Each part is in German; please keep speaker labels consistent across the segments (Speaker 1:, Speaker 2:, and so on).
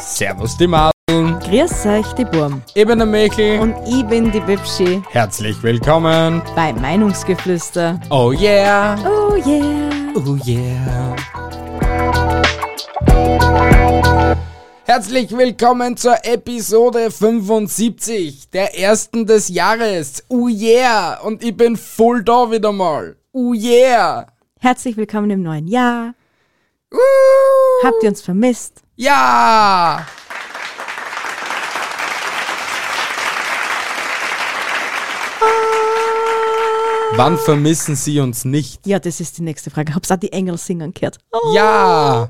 Speaker 1: Servus die Madeln,
Speaker 2: Grüß euch, die Burm.
Speaker 1: ich bin der Michel.
Speaker 2: Und ich bin die Bibschi
Speaker 1: Herzlich willkommen.
Speaker 2: bei Meinungsgeflüster.
Speaker 1: Oh yeah.
Speaker 2: Oh yeah.
Speaker 1: Oh yeah. Herzlich willkommen zur Episode 75, der ersten des Jahres. Oh yeah. Und ich bin voll da wieder mal. Oh yeah.
Speaker 2: Herzlich willkommen im neuen Jahr.
Speaker 1: Uh.
Speaker 2: Habt ihr uns vermisst?
Speaker 1: Ja! Wann vermissen Sie uns nicht?
Speaker 2: Ja, das ist die nächste Frage. Hab's auch die Engel singen gehört? Oh.
Speaker 1: Ja!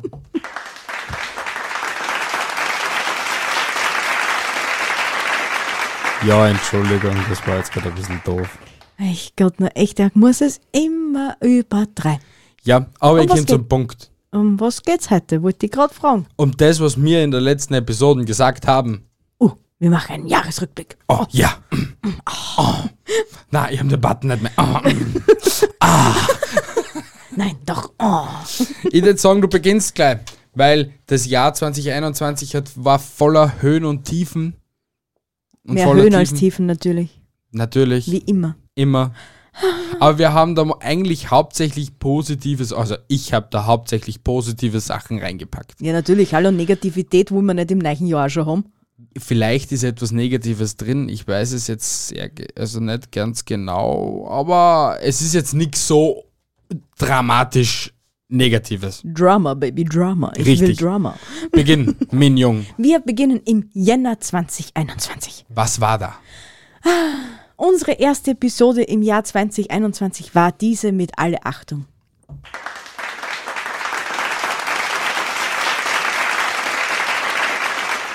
Speaker 1: Ja, Entschuldigung, das war jetzt gerade ein bisschen doof.
Speaker 2: Ich Gott, nur echt, er muss es immer übertreiben.
Speaker 1: Ja, aber ich
Speaker 2: was
Speaker 1: komme zum
Speaker 2: geht-
Speaker 1: Punkt.
Speaker 2: Um was geht's heute? Wollte ich gerade fragen.
Speaker 1: Um das, was wir in der letzten Episode gesagt haben,
Speaker 2: Oh, wir machen einen Jahresrückblick.
Speaker 1: Oh, ja. Oh. Na, ich hab den Button nicht mehr. Oh.
Speaker 2: Nein, doch. Oh.
Speaker 1: Ich würde sagen, du beginnst gleich, weil das Jahr 2021 hat, war voller Höhen und Tiefen. Und
Speaker 2: Mehr
Speaker 1: voller
Speaker 2: Höhen als Tiefen natürlich.
Speaker 1: Natürlich,
Speaker 2: Wie immer.
Speaker 1: immer. Aber wir haben da eigentlich hauptsächlich Positives, also ich habe da hauptsächlich positive Sachen reingepackt.
Speaker 2: Ja, natürlich. Hallo, Negativität wollen wir nicht im gleichen Jahr schon haben.
Speaker 1: Vielleicht ist etwas Negatives drin, ich weiß es jetzt sehr, ge- also nicht ganz genau, aber es ist jetzt nichts so dramatisch Negatives.
Speaker 2: Drama, Baby, Drama. Ich will
Speaker 1: Richtig.
Speaker 2: Drama.
Speaker 1: Beginn, Minion,
Speaker 2: Wir beginnen im Jänner 2021.
Speaker 1: was war da?
Speaker 2: Unsere erste Episode im Jahr 2021 war diese mit alle Achtung.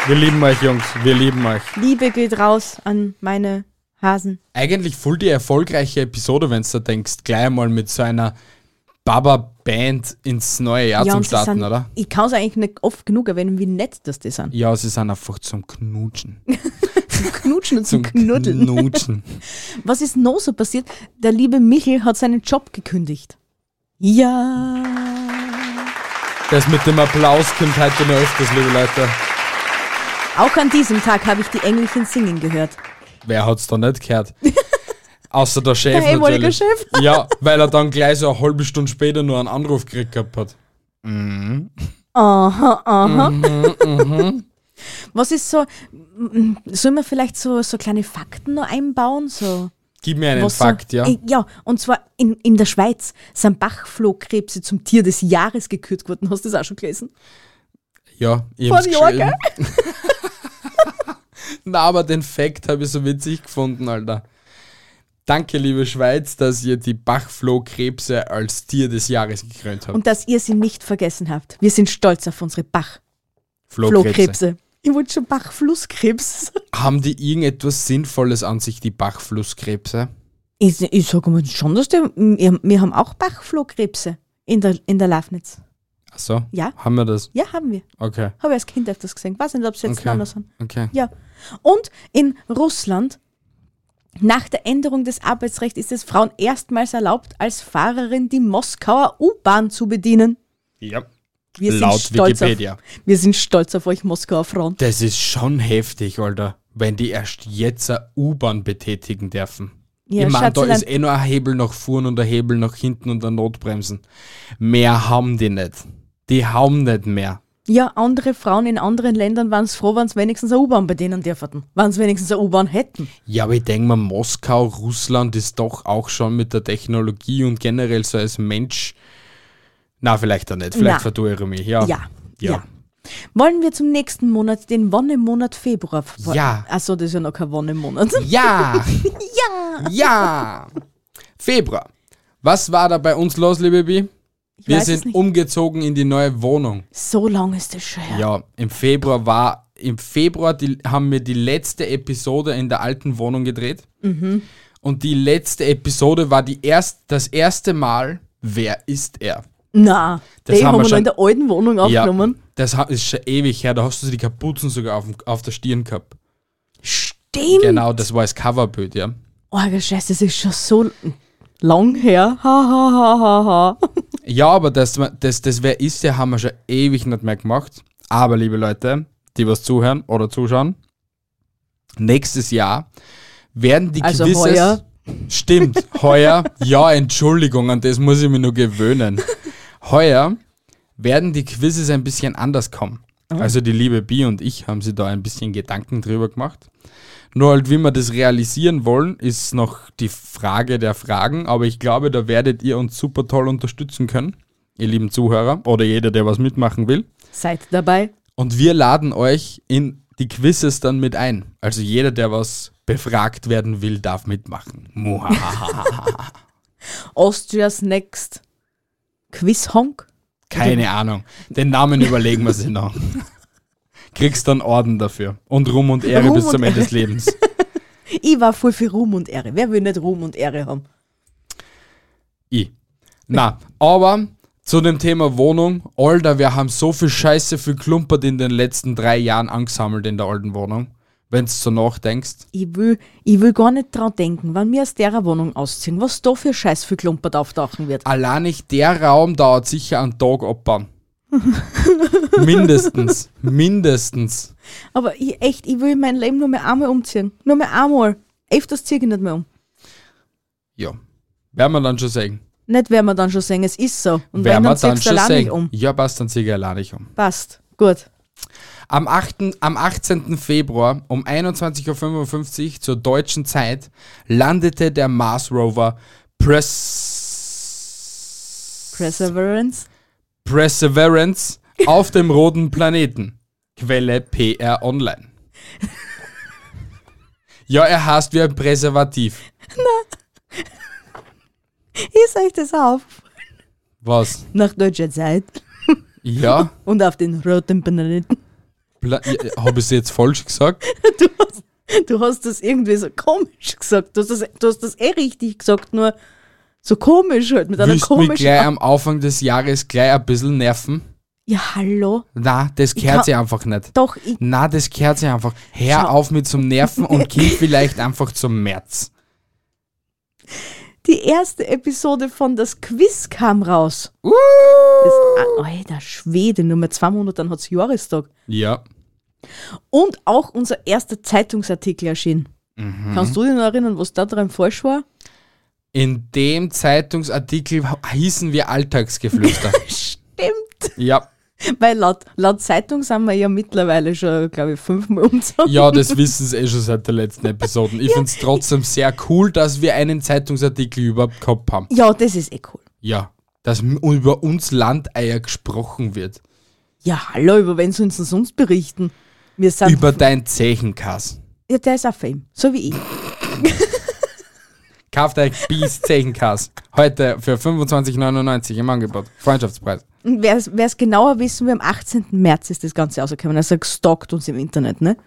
Speaker 1: Wir lieben euch, Jungs, wir lieben euch.
Speaker 2: Liebe geht raus an meine Hasen.
Speaker 1: eigentlich voll die erfolgreiche Episode, wenn du da denkst, gleich mal mit so einer Baba-Band ins neue Jahr zum
Speaker 2: und sie
Speaker 1: Starten,
Speaker 2: sind,
Speaker 1: oder?
Speaker 2: Ich kann es eigentlich nicht oft genug erwähnen, wie nett das die sind.
Speaker 1: Ja, sie sind einfach zum Knutschen.
Speaker 2: Knutschen und
Speaker 1: Zum
Speaker 2: zum Knuddeln.
Speaker 1: Knutschen.
Speaker 2: Was ist noch so passiert? Der liebe Michel hat seinen Job gekündigt. Ja.
Speaker 1: Das mit dem Applaus kommt heute noch öfters, liebe Leute.
Speaker 2: Auch an diesem Tag habe ich die Engelchen singen gehört.
Speaker 1: Wer hat's da nicht gehört? Außer der Chef
Speaker 2: Der ehemalige
Speaker 1: natürlich.
Speaker 2: Chef.
Speaker 1: Ja, weil er dann gleich so eine halbe Stunde später nur einen Anruf gekriegt gehabt hat.
Speaker 2: Aha, aha.
Speaker 1: Mhm,
Speaker 2: Was ist so, m- m- sollen wir vielleicht so, so kleine Fakten noch einbauen? So,
Speaker 1: Gib mir einen
Speaker 2: was
Speaker 1: Fakt,
Speaker 2: so,
Speaker 1: ja.
Speaker 2: Äh, Ja, und zwar in, in der Schweiz sind Bachflohkrebse zum Tier des Jahres gekürt worden. Hast du das auch schon gelesen?
Speaker 1: Ja, ich
Speaker 2: Vor
Speaker 1: hab's
Speaker 2: einem Jahr,
Speaker 1: geschrieben. Na, aber den Fact habe ich so witzig gefunden, Alter. Danke, liebe Schweiz, dass ihr die Bachflohkrebse als Tier des Jahres gekrönt habt.
Speaker 2: Und dass ihr sie nicht vergessen habt. Wir sind stolz auf unsere
Speaker 1: Flohkrebse.
Speaker 2: Bachflohkrebse. Ich wollte schon Bachflusskrebs.
Speaker 1: Haben die irgendetwas Sinnvolles an sich, die Bachflusskrebse?
Speaker 2: Ich, ich sage mal schon, dass die, wir, wir haben auch Bachflohkrebse in der, in der Lafnitz.
Speaker 1: Achso?
Speaker 2: Ja.
Speaker 1: Also, Haben wir das?
Speaker 2: Ja, haben wir.
Speaker 1: Okay.
Speaker 2: Habe ich als Kind öfters gesehen. Weiß nicht, ob sie jetzt
Speaker 1: Okay.
Speaker 2: anders sind.
Speaker 1: Okay.
Speaker 2: Ja. Und in Russland, nach der Änderung des Arbeitsrechts, ist es Frauen erstmals erlaubt, als Fahrerin die Moskauer U-Bahn zu bedienen.
Speaker 1: Ja.
Speaker 2: Wir
Speaker 1: Laut
Speaker 2: sind stolz
Speaker 1: Wikipedia.
Speaker 2: Auf, wir sind stolz auf euch, Moskauer Frauen.
Speaker 1: Das ist schon heftig, Alter, wenn die erst jetzt eine U-Bahn betätigen dürfen.
Speaker 2: Ja,
Speaker 1: ich meine, da
Speaker 2: Schatzelein.
Speaker 1: ist eh nur ein Hebel nach vorn und ein Hebel nach hinten und ein Notbremsen. Mehr haben die nicht. Die haben nicht mehr.
Speaker 2: Ja, andere Frauen in anderen Ländern waren es froh, wenn sie wenigstens eine U-Bahn bedienen dürften. Wenn sie wenigstens eine U-Bahn hätten.
Speaker 1: Ja, aber ich denke mal, Moskau, Russland ist doch auch schon mit der Technologie und generell so als Mensch. Na, vielleicht auch nicht. Vielleicht
Speaker 2: Na.
Speaker 1: vertue ich mich. Ja.
Speaker 2: Ja, ja.
Speaker 1: Ja.
Speaker 2: Wollen wir zum nächsten Monat, den Wonnemonat Februar. ver-
Speaker 1: Ja.
Speaker 2: Achso, das ist ja noch kein Wonnemonat.
Speaker 1: Ja.
Speaker 2: Ja.
Speaker 1: ja. Februar. Was war da bei uns los, liebe Bi?
Speaker 2: Ich
Speaker 1: Wir
Speaker 2: weiß es
Speaker 1: sind
Speaker 2: nicht.
Speaker 1: umgezogen in die neue Wohnung.
Speaker 2: So lang ist das schon her.
Speaker 1: Ja, im Februar war, im Februar die, haben wir die letzte Episode in der alten Wohnung gedreht.
Speaker 2: Mhm.
Speaker 1: Und die letzte Episode war die erst, das erste Mal, wer ist er?
Speaker 2: Na,
Speaker 1: Das
Speaker 2: den
Speaker 1: haben
Speaker 2: haben
Speaker 1: wir
Speaker 2: wir noch
Speaker 1: schon-
Speaker 2: in der alten Wohnung aufgenommen.
Speaker 1: Ja, das ha- ist schon ewig her, da hast du die Kapuzen sogar auf, dem- auf der Stirn gehabt.
Speaker 2: Stimmt.
Speaker 1: Genau, das war das Coverbild, ja.
Speaker 2: Oh, Scheiße, das ist schon so lang her. Ha, ha, ha, ha, ha.
Speaker 1: Ja, aber das, das, das Wer ist der haben wir schon ewig nicht mehr gemacht. Aber liebe Leute, die was zuhören oder zuschauen, nächstes Jahr werden die
Speaker 2: Also
Speaker 1: Quizzes...
Speaker 2: heuer.
Speaker 1: Stimmt, heuer, ja, Entschuldigung, an das muss ich mir nur gewöhnen. Heuer werden die Quizzes ein bisschen anders kommen. Also die liebe Bi und ich haben sich da ein bisschen Gedanken drüber gemacht. Nur halt, wie wir das realisieren wollen, ist noch die Frage der Fragen. Aber ich glaube, da werdet ihr uns super toll unterstützen können, ihr lieben Zuhörer oder jeder, der was mitmachen will.
Speaker 2: Seid dabei.
Speaker 1: Und wir laden euch in die Quizzes dann mit ein. Also jeder, der was befragt werden will, darf mitmachen. Muhahaha.
Speaker 2: Austria's Next Quiz Honk.
Speaker 1: Keine Ahnung. Den Namen überlegen wir sich noch. Kriegst dann Orden dafür. Und Ruhm und Ehre
Speaker 2: Ruhm
Speaker 1: bis
Speaker 2: und
Speaker 1: zum Ende
Speaker 2: Ehre.
Speaker 1: des Lebens.
Speaker 2: Ich war voll für Ruhm und Ehre. Wer will nicht Ruhm und Ehre haben?
Speaker 1: I. Na, aber zu dem Thema Wohnung. Alter, wir haben so viel Scheiße für Klumpert in den letzten drei Jahren angesammelt in der alten Wohnung. Wenn du so nachdenkst.
Speaker 2: Ich will, ich will gar nicht dran denken, wenn wir aus derer Wohnung ausziehen, was da für Scheiß für Klumpert auftauchen wird.
Speaker 1: Allein nicht der Raum dauert sicher einen Tag abbauen. mindestens. Mindestens.
Speaker 2: Aber ich, echt, ich will mein Leben nur mehr einmal umziehen. Nur mehr einmal. Öfters ziehe ich nicht mehr um.
Speaker 1: Ja. Werden wir dann schon sehen.
Speaker 2: Nicht werden wir dann schon sehen, es ist so. Und
Speaker 1: Werden
Speaker 2: wenn,
Speaker 1: wir
Speaker 2: dann
Speaker 1: dann
Speaker 2: ziehst du
Speaker 1: schon
Speaker 2: allein nicht
Speaker 1: sehen.
Speaker 2: um.
Speaker 1: Ja, passt, dann zieh ich allein nicht um.
Speaker 2: Passt. Gut.
Speaker 1: Am, 8., am 18. Februar um 21.55 Uhr zur deutschen Zeit landete der Mars Rover Pres
Speaker 2: Perseverance.
Speaker 1: Perseverance auf dem roten Planeten. Quelle PR Online. ja, er hasst wie ein Präservativ.
Speaker 2: Ist euch das auf?
Speaker 1: Was?
Speaker 2: Nach deutscher Zeit
Speaker 1: Ja?
Speaker 2: und auf den roten Planeten.
Speaker 1: Pla ja Habe ich jetzt falsch gesagt?
Speaker 2: Du hast, du hast das irgendwie so komisch gesagt. Du hast, das, du hast das eh richtig gesagt, nur so komisch halt, mit einer
Speaker 1: Willst du mich
Speaker 2: komischen.
Speaker 1: gleich am Anfang des Jahres gleich ein bisschen nerven?
Speaker 2: ja, hallo?
Speaker 1: Na, das gehört
Speaker 2: kann-
Speaker 1: sich einfach nicht.
Speaker 2: Doch, ich,
Speaker 1: Na, das gehört sich einfach. Hör
Speaker 2: Schau.
Speaker 1: auf mit zum Nerven und gib vielleicht einfach zum März.
Speaker 2: die erste Episode von Das Quiz kam raus. Das, ah,
Speaker 1: Uh.
Speaker 2: alter Schwede, nur mehr zwei Monate, dann hat's Jahrestag.
Speaker 1: Ja.
Speaker 2: Und auch unser erster Zeitungsartikel erschien.
Speaker 1: Mhm.
Speaker 2: Kannst du dich noch erinnern, was da dran falsch war?
Speaker 1: In dem Zeitungsartikel hießen wir Alltagsgeflüster.
Speaker 2: Stimmt.
Speaker 1: ja.
Speaker 2: Weil laut, laut Zeitung sind wir ja mittlerweile schon, glaube ich, fünfmal umgezogen.
Speaker 1: Ja, das wissen sie eh schon seit der letzten Episode. Ich find's trotzdem sehr cool, dass wir einen Zeitungsartikel überhaupt gehabt haben.
Speaker 2: Ja, das ist eh cool.
Speaker 1: Ja. Dass m- über uns Landeier gesprochen wird.
Speaker 2: Ja, hallo, über wen sollen sie sonst berichten? Wir sind.
Speaker 1: Über dein Zechenkass.
Speaker 2: ja, der ist auch Fame, so wie ich.
Speaker 1: Kauft euch Bies Zechenkass. Heute für 25,99 im Angebot. Freundschaftspreis.
Speaker 2: Und wer es genauer wissen will, am 18. März ist das Ganze rausgekommen. Also gestalkt uns im Internet, ne?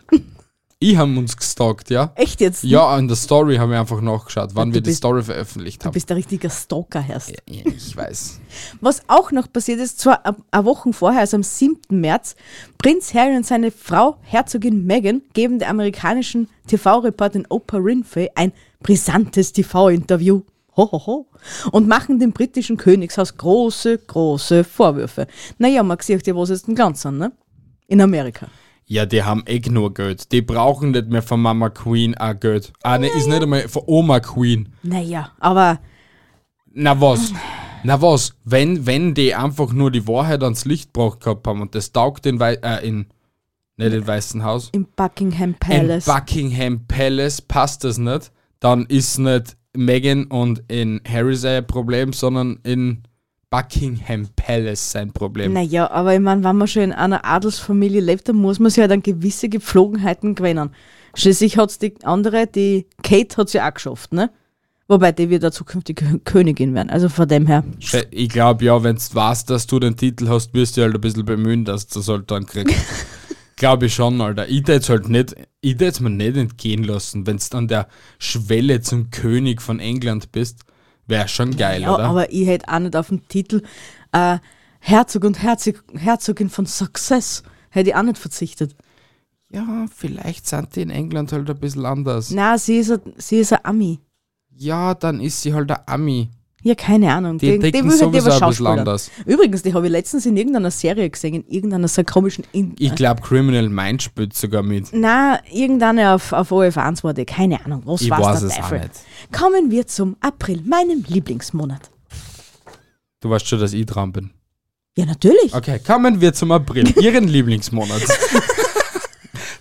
Speaker 1: Ich haben uns gestalkt, ja?
Speaker 2: Echt jetzt?
Speaker 1: Ja, in der Story haben wir einfach nachgeschaut, wann
Speaker 2: Du
Speaker 1: wir die
Speaker 2: bist-
Speaker 1: Story veröffentlicht
Speaker 2: Du
Speaker 1: haben.
Speaker 2: bist ein richtiger Stalker, Herrst.
Speaker 1: Ich weiß.
Speaker 2: Was auch noch passiert ist, zwar ab- eine Woche vorher, also am 7. März, Prinz Harry und seine Frau, Herzogin Meghan, geben der amerikanischen TV-Reporterin Oprah Winfrey ein brisantes TV-Interview. Ho, ho, ho. Und machen dem britischen Königshaus große, große Vorwürfe. Naja, man sieht ja, was ist denn ganz an, ne? In Amerika.
Speaker 1: Ja, die haben eh nur Geld. Die brauchen nicht mehr von Mama Queen auch Geld. Ah, ne, ist nicht einmal von Oma Queen.
Speaker 2: Naja, aber
Speaker 1: Na was? Na was? Wenn, wenn die einfach nur die Wahrheit ans Licht gebracht gehabt haben und das taugt in, Wei äh, in nicht in Weißen Haus,
Speaker 2: im Buckingham
Speaker 1: in
Speaker 2: Palace.
Speaker 1: Buckingham Palace passt das nicht, dann ist nicht Meghan und in Harry sein Problem, sondern in Buckingham Palace sein Problem.
Speaker 2: Naja, aber ich meine, wenn man schon in einer Adelsfamilie lebt, dann muss man sich halt an gewisse Gepflogenheiten gewöhnen. Schließlich hat es die andere, die Kate hat es ja auch geschafft, ne? Wobei die wird ja zukünftig Kö- Königin werden. Also von dem her.
Speaker 1: Äh, Ich glaube ja, wenn du weißt, dass du den Titel hast, wirst du halt ein bisschen bemühen, dass du das halt dann kriegst. glaube ich schon, Alter. Ich hätte halt nicht, ich hätte mir nicht entgehen lassen, wenn du an der Schwelle zum König von England bist. Wäre schon geil,
Speaker 2: Ja,
Speaker 1: oder?
Speaker 2: aber ich hätte auch nicht auf dem Titel äh, Herzog und Herzog, Herzogin von Success hätte ich auch nicht verzichtet.
Speaker 1: ja, vielleicht sind die in England halt ein bisschen anders.
Speaker 2: Na, sie ist a, sie ist ein Ami.
Speaker 1: Ja, dann ist sie halt der Ami.
Speaker 2: Ja, keine Ahnung.
Speaker 1: Die entdecken
Speaker 2: will
Speaker 1: sowieso
Speaker 2: aber
Speaker 1: ein bisschen
Speaker 2: schauspielern.
Speaker 1: anders.
Speaker 2: Übrigens, die habe ich letztens in irgendeiner Serie gesehen, in irgendeiner so komischen. In
Speaker 1: Ich glaube, Criminal Minds spielt sogar mit.
Speaker 2: Na, irgendeine auf, auf OF1 wurde, keine Ahnung, was
Speaker 1: Ich
Speaker 2: war
Speaker 1: weiß
Speaker 2: der
Speaker 1: es auch
Speaker 2: Teufel.
Speaker 1: nicht.
Speaker 2: Kommen wir zum April, meinem Lieblingsmonat.
Speaker 1: Du weißt schon, dass ich dran bin.
Speaker 2: Ja, natürlich.
Speaker 1: Okay, kommen wir zum April, Ihren Lieblingsmonat.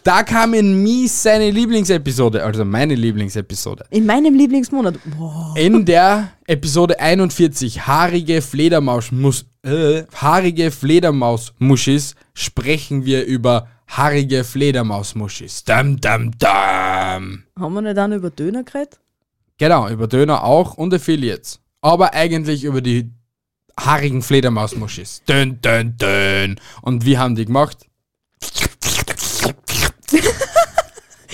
Speaker 1: da kam in Mies seine Lieblingsepisode, also meine Lieblingsepisode.
Speaker 2: In meinem Lieblingsmonat. Wow.
Speaker 1: In der Episode 41 haarige Fledermaus muss äh, haarige Fledermausmuschis sprechen wir über haarige Fledermausmuschis. Dam dam dam.
Speaker 2: Haben wir nicht dann über Döner geredet?
Speaker 1: Genau, über Döner auch und Affiliates, aber eigentlich über die haarigen Fledermausmuschis. Dön dön dön. Und wie haben die gemacht?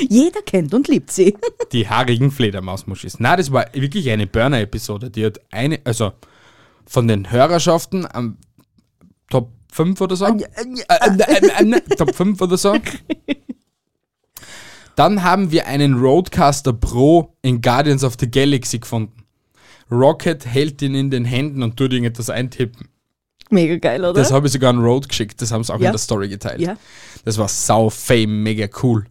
Speaker 2: Jeder kennt und liebt sie.
Speaker 1: Die haarigen Fledermausmuschis. Na, das war wirklich eine Burner-Episode. Die hat eine, also von den Hörerschaften am Top 5 oder so. Äh, äh, äh, äh, Top 5 oder so. Dann haben wir einen Roadcaster Pro in Guardians of the Galaxy gefunden. Rocket hält ihn in den Händen und tut irgendetwas eintippen.
Speaker 2: Mega geil, oder?
Speaker 1: Das habe ich sogar an Road geschickt, das haben sie auch
Speaker 2: Ja.
Speaker 1: in der Story geteilt.
Speaker 2: ja.
Speaker 1: Das war sau fame, mega cool.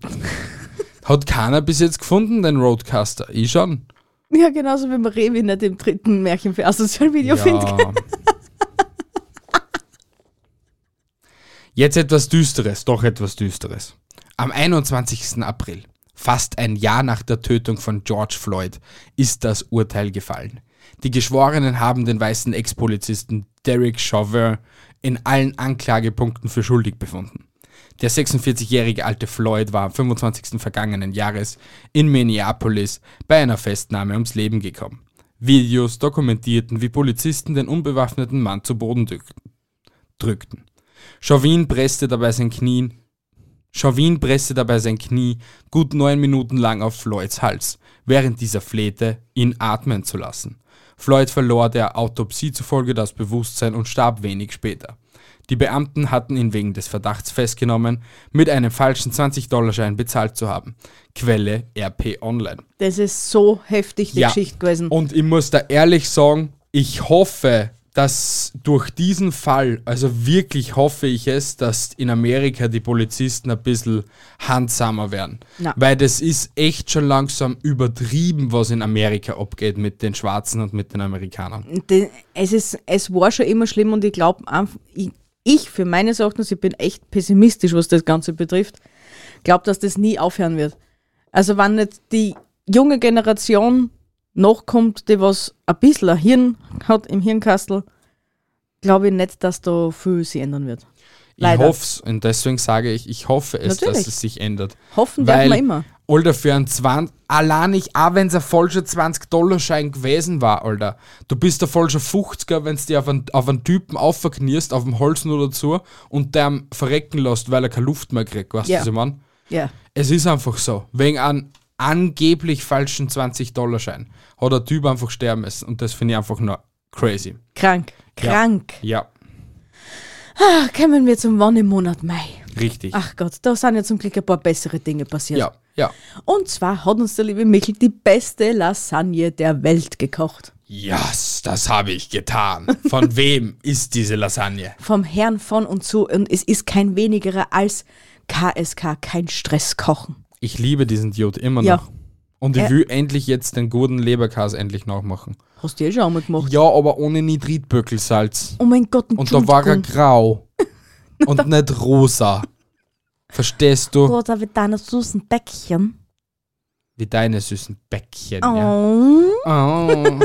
Speaker 1: Hat keiner bis jetzt gefunden, den Roadcaster? Ich schon.
Speaker 2: ja, genauso wie man Revi nicht im dritten Märchen für Assozialvideo findet.
Speaker 1: Jetzt etwas Düsteres, doch etwas Düsteres. Am 21. April, fast ein Jahr nach der Tötung von George Floyd, ist das Urteil gefallen. Die Geschworenen haben den weißen Ex-Polizisten Derek Chauvin in allen Anklagepunkten für schuldig befunden. Der 46-jährige alte Floyd war am 25. vergangenen Jahres in Minneapolis bei einer Festnahme ums Leben gekommen. Videos dokumentierten, wie Polizisten den unbewaffneten Mann zu Boden drück- drückten. Chauvin presste dabei sein Knie, Chauvin presste dabei sein Knie gut neun Minuten lang auf Floyds Hals, während dieser flehte, ihn atmen zu lassen. Floyd verlor der Autopsie zufolge das Bewusstsein und starb wenig später. Die Beamten hatten ihn wegen des Verdachts festgenommen, mit einem falschen 20-Dollar-Schein bezahlt zu haben. Quelle RP Online.
Speaker 2: Das ist so heftig, die
Speaker 1: Ja.
Speaker 2: Geschichte gewesen.
Speaker 1: Und ich muss da ehrlich sagen, ich hoffe, dass durch diesen Fall, also wirklich hoffe ich es, dass in Amerika die Polizisten ein bisschen handsamer werden.
Speaker 2: Na.
Speaker 1: Weil das ist echt schon langsam übertrieben, was in Amerika abgeht mit den Schwarzen und mit den Amerikanern.
Speaker 2: de- es, ist, es war schon immer schlimm und ich glaube, ich, ich für meines Erachtens, ich bin echt pessimistisch, was das Ganze betrifft, glaube, dass das nie aufhören wird. Also wenn nicht die junge Generation nachkommt, die was ein bisschen ein Hirn hat im Hirnkastel, glaube ich nicht, dass da viel sich ändern wird. Leider.
Speaker 1: Ich hoffe es und deswegen sage ich, ich hoffe es,
Speaker 2: Natürlich.
Speaker 1: dass es sich ändert.
Speaker 2: Hoffen
Speaker 1: Weil
Speaker 2: werden wir immer.
Speaker 1: Alter, für einen 20, allein ich, auch wenn es ein falscher 20-Dollar-Schein gewesen war, Alter. Du bist ein falscher 50er, wenn du dich auf einen, auf einen Typen aufverknierst, auf dem Holz nur dazu und dem verrecken lässt, weil er keine Luft mehr kriegt. Weißt
Speaker 2: Ja.
Speaker 1: du, was ich meine?
Speaker 2: Ja.
Speaker 1: Es ist einfach so. Wegen einem angeblich falschen 20-Dollar-Schein hat der Typ einfach sterben müssen und das finde ich einfach nur crazy.
Speaker 2: Krank. Krank.
Speaker 1: Ja,
Speaker 2: Ach, kommen wir zum Wann im Monat Mai.
Speaker 1: richtig.
Speaker 2: Ach Gott, da sind ja zum Glück ein paar bessere Dinge passiert.
Speaker 1: Ja, ja.
Speaker 2: Und zwar hat uns der liebe Michel die beste Lasagne der Welt gekocht.
Speaker 1: Yes, das habe ich getan. Von wem ist diese Lasagne?
Speaker 2: Vom Herrn von und zu. Und es ist kein wenigerer als KSK, kein Stress kochen.
Speaker 1: Ich liebe diesen Dude immer
Speaker 2: Ja.
Speaker 1: noch. Und ich
Speaker 2: Ä-
Speaker 1: will endlich jetzt den guten Leberkäse endlich nachmachen.
Speaker 2: Hast du ja schon einmal gemacht.
Speaker 1: Ja, aber ohne Nitritböckelsalz.
Speaker 2: Oh mein Gott,
Speaker 1: Und da war er
Speaker 2: Entschuldigung.
Speaker 1: grau. und nicht rosa. Verstehst du?
Speaker 2: Rosa mit deiner süßen Bäckchen.
Speaker 1: Wie deine süßen Bäckchen.
Speaker 2: Oh.
Speaker 1: Ja. Oh.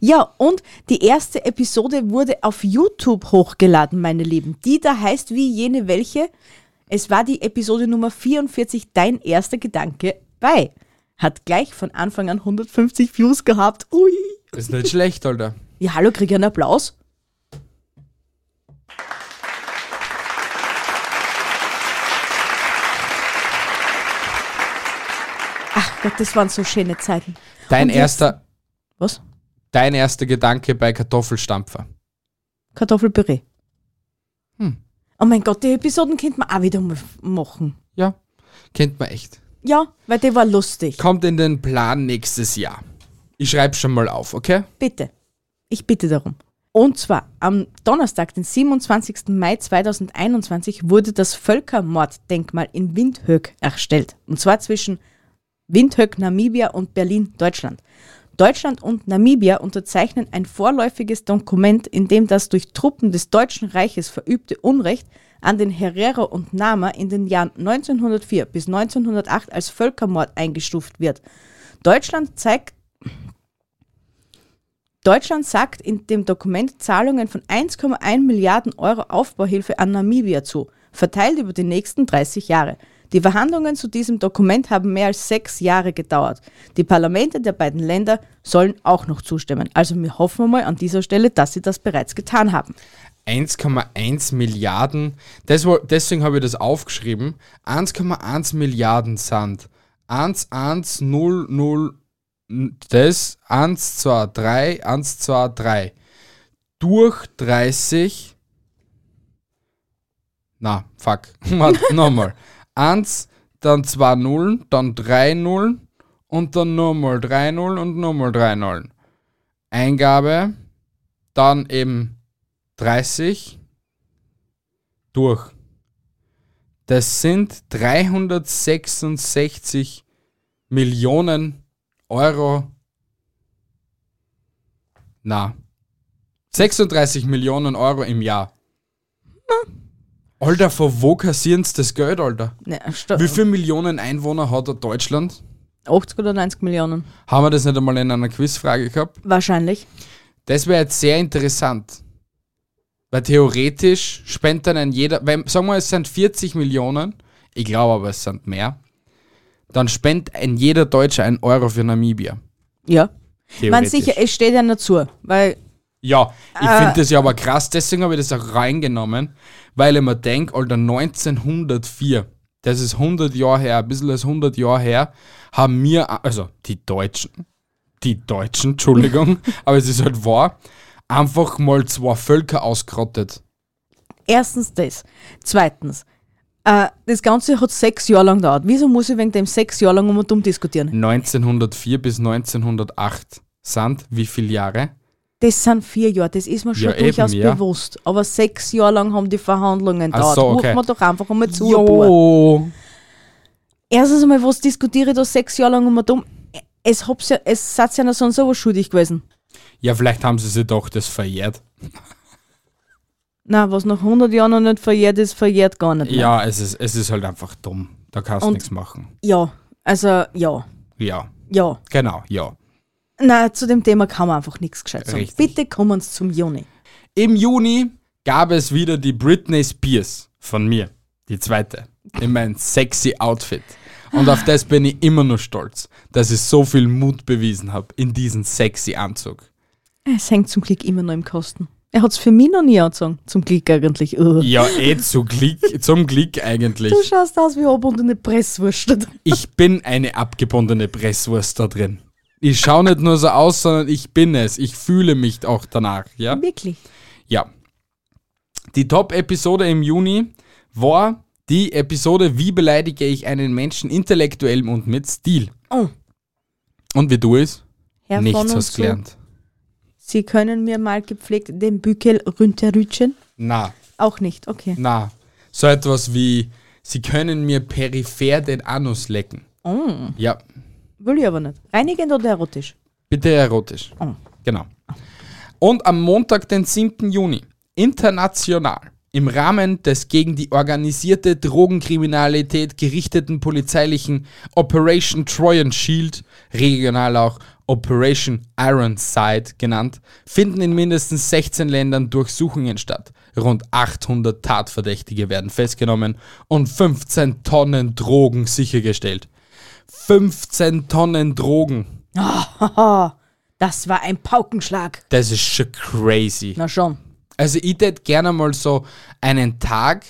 Speaker 2: Ja, und die erste Episode wurde auf YouTube hochgeladen, meine Lieben. Die da heißt wie jene welche. Es war die Episode Nummer 44, dein erster Gedanke bei. Hat gleich von Anfang an 150 Views gehabt. Ui.
Speaker 1: Ist nicht schlecht, Alter.
Speaker 2: Ja, hallo, krieg ich einen Applaus? Ach Gott, das waren so schöne Zeiten.
Speaker 1: Dein
Speaker 2: Und jetzt-
Speaker 1: erster,
Speaker 2: Was?
Speaker 1: dein erster Gedanke bei Kartoffelstampfer.
Speaker 2: Kartoffelpüree.
Speaker 1: Hm.
Speaker 2: Oh mein Gott, die Episoden könnte man auch wieder mal machen.
Speaker 1: Ja. Kennt man echt.
Speaker 2: Ja, weil die war lustig.
Speaker 1: Kommt in den Plan nächstes Jahr. Ich schreibe schon mal auf, okay?
Speaker 2: Bitte. Ich bitte darum. Und zwar am Donnerstag, den 27. Mai 2021, wurde das Völkermorddenkmal in Windhoek erstellt. Und zwar zwischen Windhoek, Namibia und Berlin, Deutschland. Deutschland und Namibia unterzeichnen ein vorläufiges Dokument, in dem das durch Truppen des Deutschen Reiches verübte Unrecht an den Herero und Nama in den Jahren 1904 bis 1908 als Völkermord eingestuft wird. Deutschland zeigt Deutschland sagt in dem Dokument Zahlungen von 1,1 Milliarden Euro Aufbauhilfe an Namibia zu, verteilt über die nächsten 30 Jahre. Die Verhandlungen zu diesem Dokument haben mehr als sechs Jahre gedauert. Die Parlamente der beiden Länder sollen auch noch zustimmen. Also wir hoffen mal an dieser Stelle, dass sie das bereits getan haben.
Speaker 1: 1,1 Milliarden, das war, deswegen habe ich das aufgeschrieben, 1,1 Milliarden Sand, 11000 das 1, 2, 3, 1, 2, 3. Durch 30. Na, fuck. Warte, nochmal. 1, dann 2 Nullen, dann 3 Nullen und dann nochmal 3 Nullen und nochmal 3 Nullen. Eingabe, dann eben 30 durch. Das sind 366 Millionen Euro. Na. 36 Millionen Euro im Jahr. Alter, von wo kassieren sie das Geld, Alter?
Speaker 2: Ne,
Speaker 1: Wie
Speaker 2: sto-
Speaker 1: viele Millionen Einwohner hat Deutschland?
Speaker 2: 80 oder 90 Millionen?
Speaker 1: Haben wir das nicht einmal in einer Quizfrage gehabt?
Speaker 2: Wahrscheinlich.
Speaker 1: Das wäre jetzt sehr interessant. Weil theoretisch spendet dann ein jeder, wenn, sagen wir, es sind 40 Millionen, ich glaube aber, es sind mehr, dann spendet ein jeder Deutsche einen Euro für Namibia.
Speaker 2: Ja. Ich meine,
Speaker 1: Theoretisch.
Speaker 2: sicher, es steht ja nicht zu, weil
Speaker 1: Ja, ich
Speaker 2: Äh.
Speaker 1: finde das ja aber krass, deswegen habe ich das auch reingenommen, weil ich mir denke, Alter, 1904, das ist 100 Jahre her, ein bisschen als 100 Jahre her, haben wir, also die Deutschen, die Deutschen, Entschuldigung, aber es ist halt wahr, einfach mal zwei Völker ausgerottet.
Speaker 2: erstens das. Zweitens, äh, das Ganze hat sechs Jahre lang gedauert. Wieso muss ich wegen dem sechs Jahre lang um und um diskutieren?
Speaker 1: 1904 bis 1908 sind wie viele Jahre?
Speaker 2: Das sind vier Jahre, das ist mir schon
Speaker 1: Ja, eben,
Speaker 2: durchaus
Speaker 1: ja.
Speaker 2: bewusst. Aber sechs Jahre lang haben die Verhandlungen
Speaker 1: Ach
Speaker 2: gedauert.
Speaker 1: so, okay.
Speaker 2: Rufen wir doch einfach einmal zu. ein paar.
Speaker 1: Jo.
Speaker 2: Erstens einmal, was diskutiere ich da sechs Jahre lang um und um? Es, hab's ja, es seid ja noch sonst sowas schuldig gewesen.
Speaker 1: Ja, vielleicht haben sie sich doch das verjährt.
Speaker 2: Na, was nach 100 Jahren noch nicht verjährt ist, verjährt gar nicht. mehr.
Speaker 1: Ja, es ist, es ist halt einfach dumm. Da kannst du
Speaker 2: Und-
Speaker 1: nichts machen.
Speaker 2: ja. Also, ja.
Speaker 1: Ja.
Speaker 2: Ja.
Speaker 1: Genau, ja.
Speaker 2: Nein, zu dem Thema kann man einfach nichts gescheit sagen.
Speaker 1: Richtig.
Speaker 2: Bitte kommen Sie zum Juni.
Speaker 1: Im Juni gab es wieder die Britney Spears von mir, die zweite, in meinem sexy Outfit. Und auf das bin ich immer noch stolz, dass ich so viel Mut bewiesen habe in diesem sexy Anzug.
Speaker 2: Es hängt zum Glück immer noch im Kosten. Er hat es für mich noch nie angezogen. Zum Glück eigentlich. Ugh.
Speaker 1: Ja, eh zu Glück, zum Glück eigentlich.
Speaker 2: Du schaust aus wie ob und eine Presswurst.
Speaker 1: Ich bin eine abgebundene Presswurst da drin. Ich schaue nicht nur so aus, sondern ich bin es. Ich fühle mich auch danach, ja?
Speaker 2: Wirklich.
Speaker 1: Ja. Die Top-Episode im Juni war die Episode Wie beleidige ich einen Menschen intellektuell und mit Stil?
Speaker 2: Oh,
Speaker 1: Und wie du es?
Speaker 2: Herr
Speaker 1: Nichts
Speaker 2: von und
Speaker 1: hast
Speaker 2: zu,
Speaker 1: gelernt.
Speaker 2: Sie können mir mal gepflegt den Bückel runterrutschen?
Speaker 1: Na,
Speaker 2: Auch nicht, okay.
Speaker 1: na. So etwas wie, sie können mir peripher den Anus lecken.
Speaker 2: Oh,
Speaker 1: Ja,
Speaker 2: will ich aber nicht. Reinigend oder erotisch?
Speaker 1: bitte erotisch.
Speaker 2: Oh.
Speaker 1: Genau. Und am Montag, den 7. Juni, international, im Rahmen des gegen die organisierte Drogenkriminalität gerichteten polizeilichen Operation Trojan Shield, regional auch Operation Ironside genannt, finden in mindestens 16 Ländern Durchsuchungen statt. Rund 800 Tatverdächtige werden festgenommen und 15 Tonnen Drogen sichergestellt. 15 Tonnen Drogen.
Speaker 2: Haha, das war ein Paukenschlag.
Speaker 1: Das ist schon crazy.
Speaker 2: Na schon.
Speaker 1: Also ich tät gerne mal so einen Tag